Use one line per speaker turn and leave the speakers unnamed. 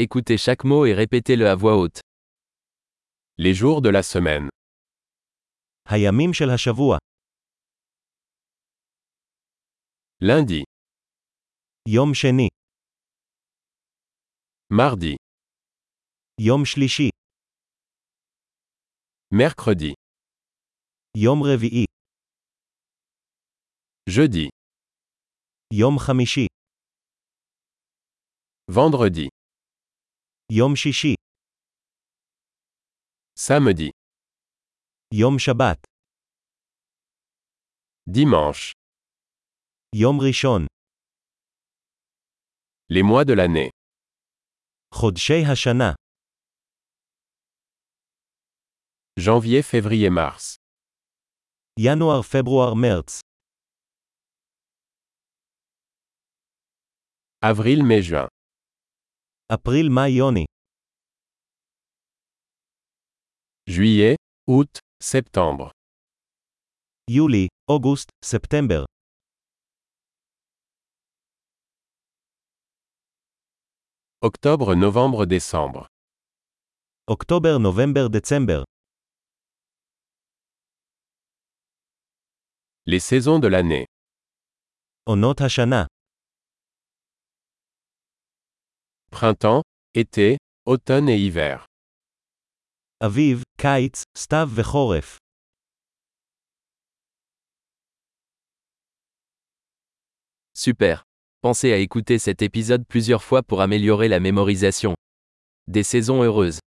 Écoutez chaque mot et répétez-le à voix haute.
Les jours de la semaine.
הימים של השבוע,
Lundi,
יום שני,
mardi,
יום שלישי,
mercredi,
יום רביעי,
jeudi,
יום חמישי,
vendredi,
יום שישי,
samedi,
יום שבת,
dimanche.
יום ראשון,
Les mois de l'année.
חודשי השנה,
Janvier, février, mars.
ינואר, פברואר, מרץ,
Avril, mai, juin.
אפריל, מאי, יוני,
Juillet, août, septembre.
יולי, אוגוסט, ספטמבר,
Octobre, novembre, décembre.
אוקטובר, נובמבר, דצמבר,
Les saisons de l'année.
עונות השנה,
Printemps, été, automne et hiver.
אביב, קיץ, סתיו וחורף,
Super. Pensez à écouter cet épisode plusieurs fois pour améliorer la mémorisation. Des saisons heureuses.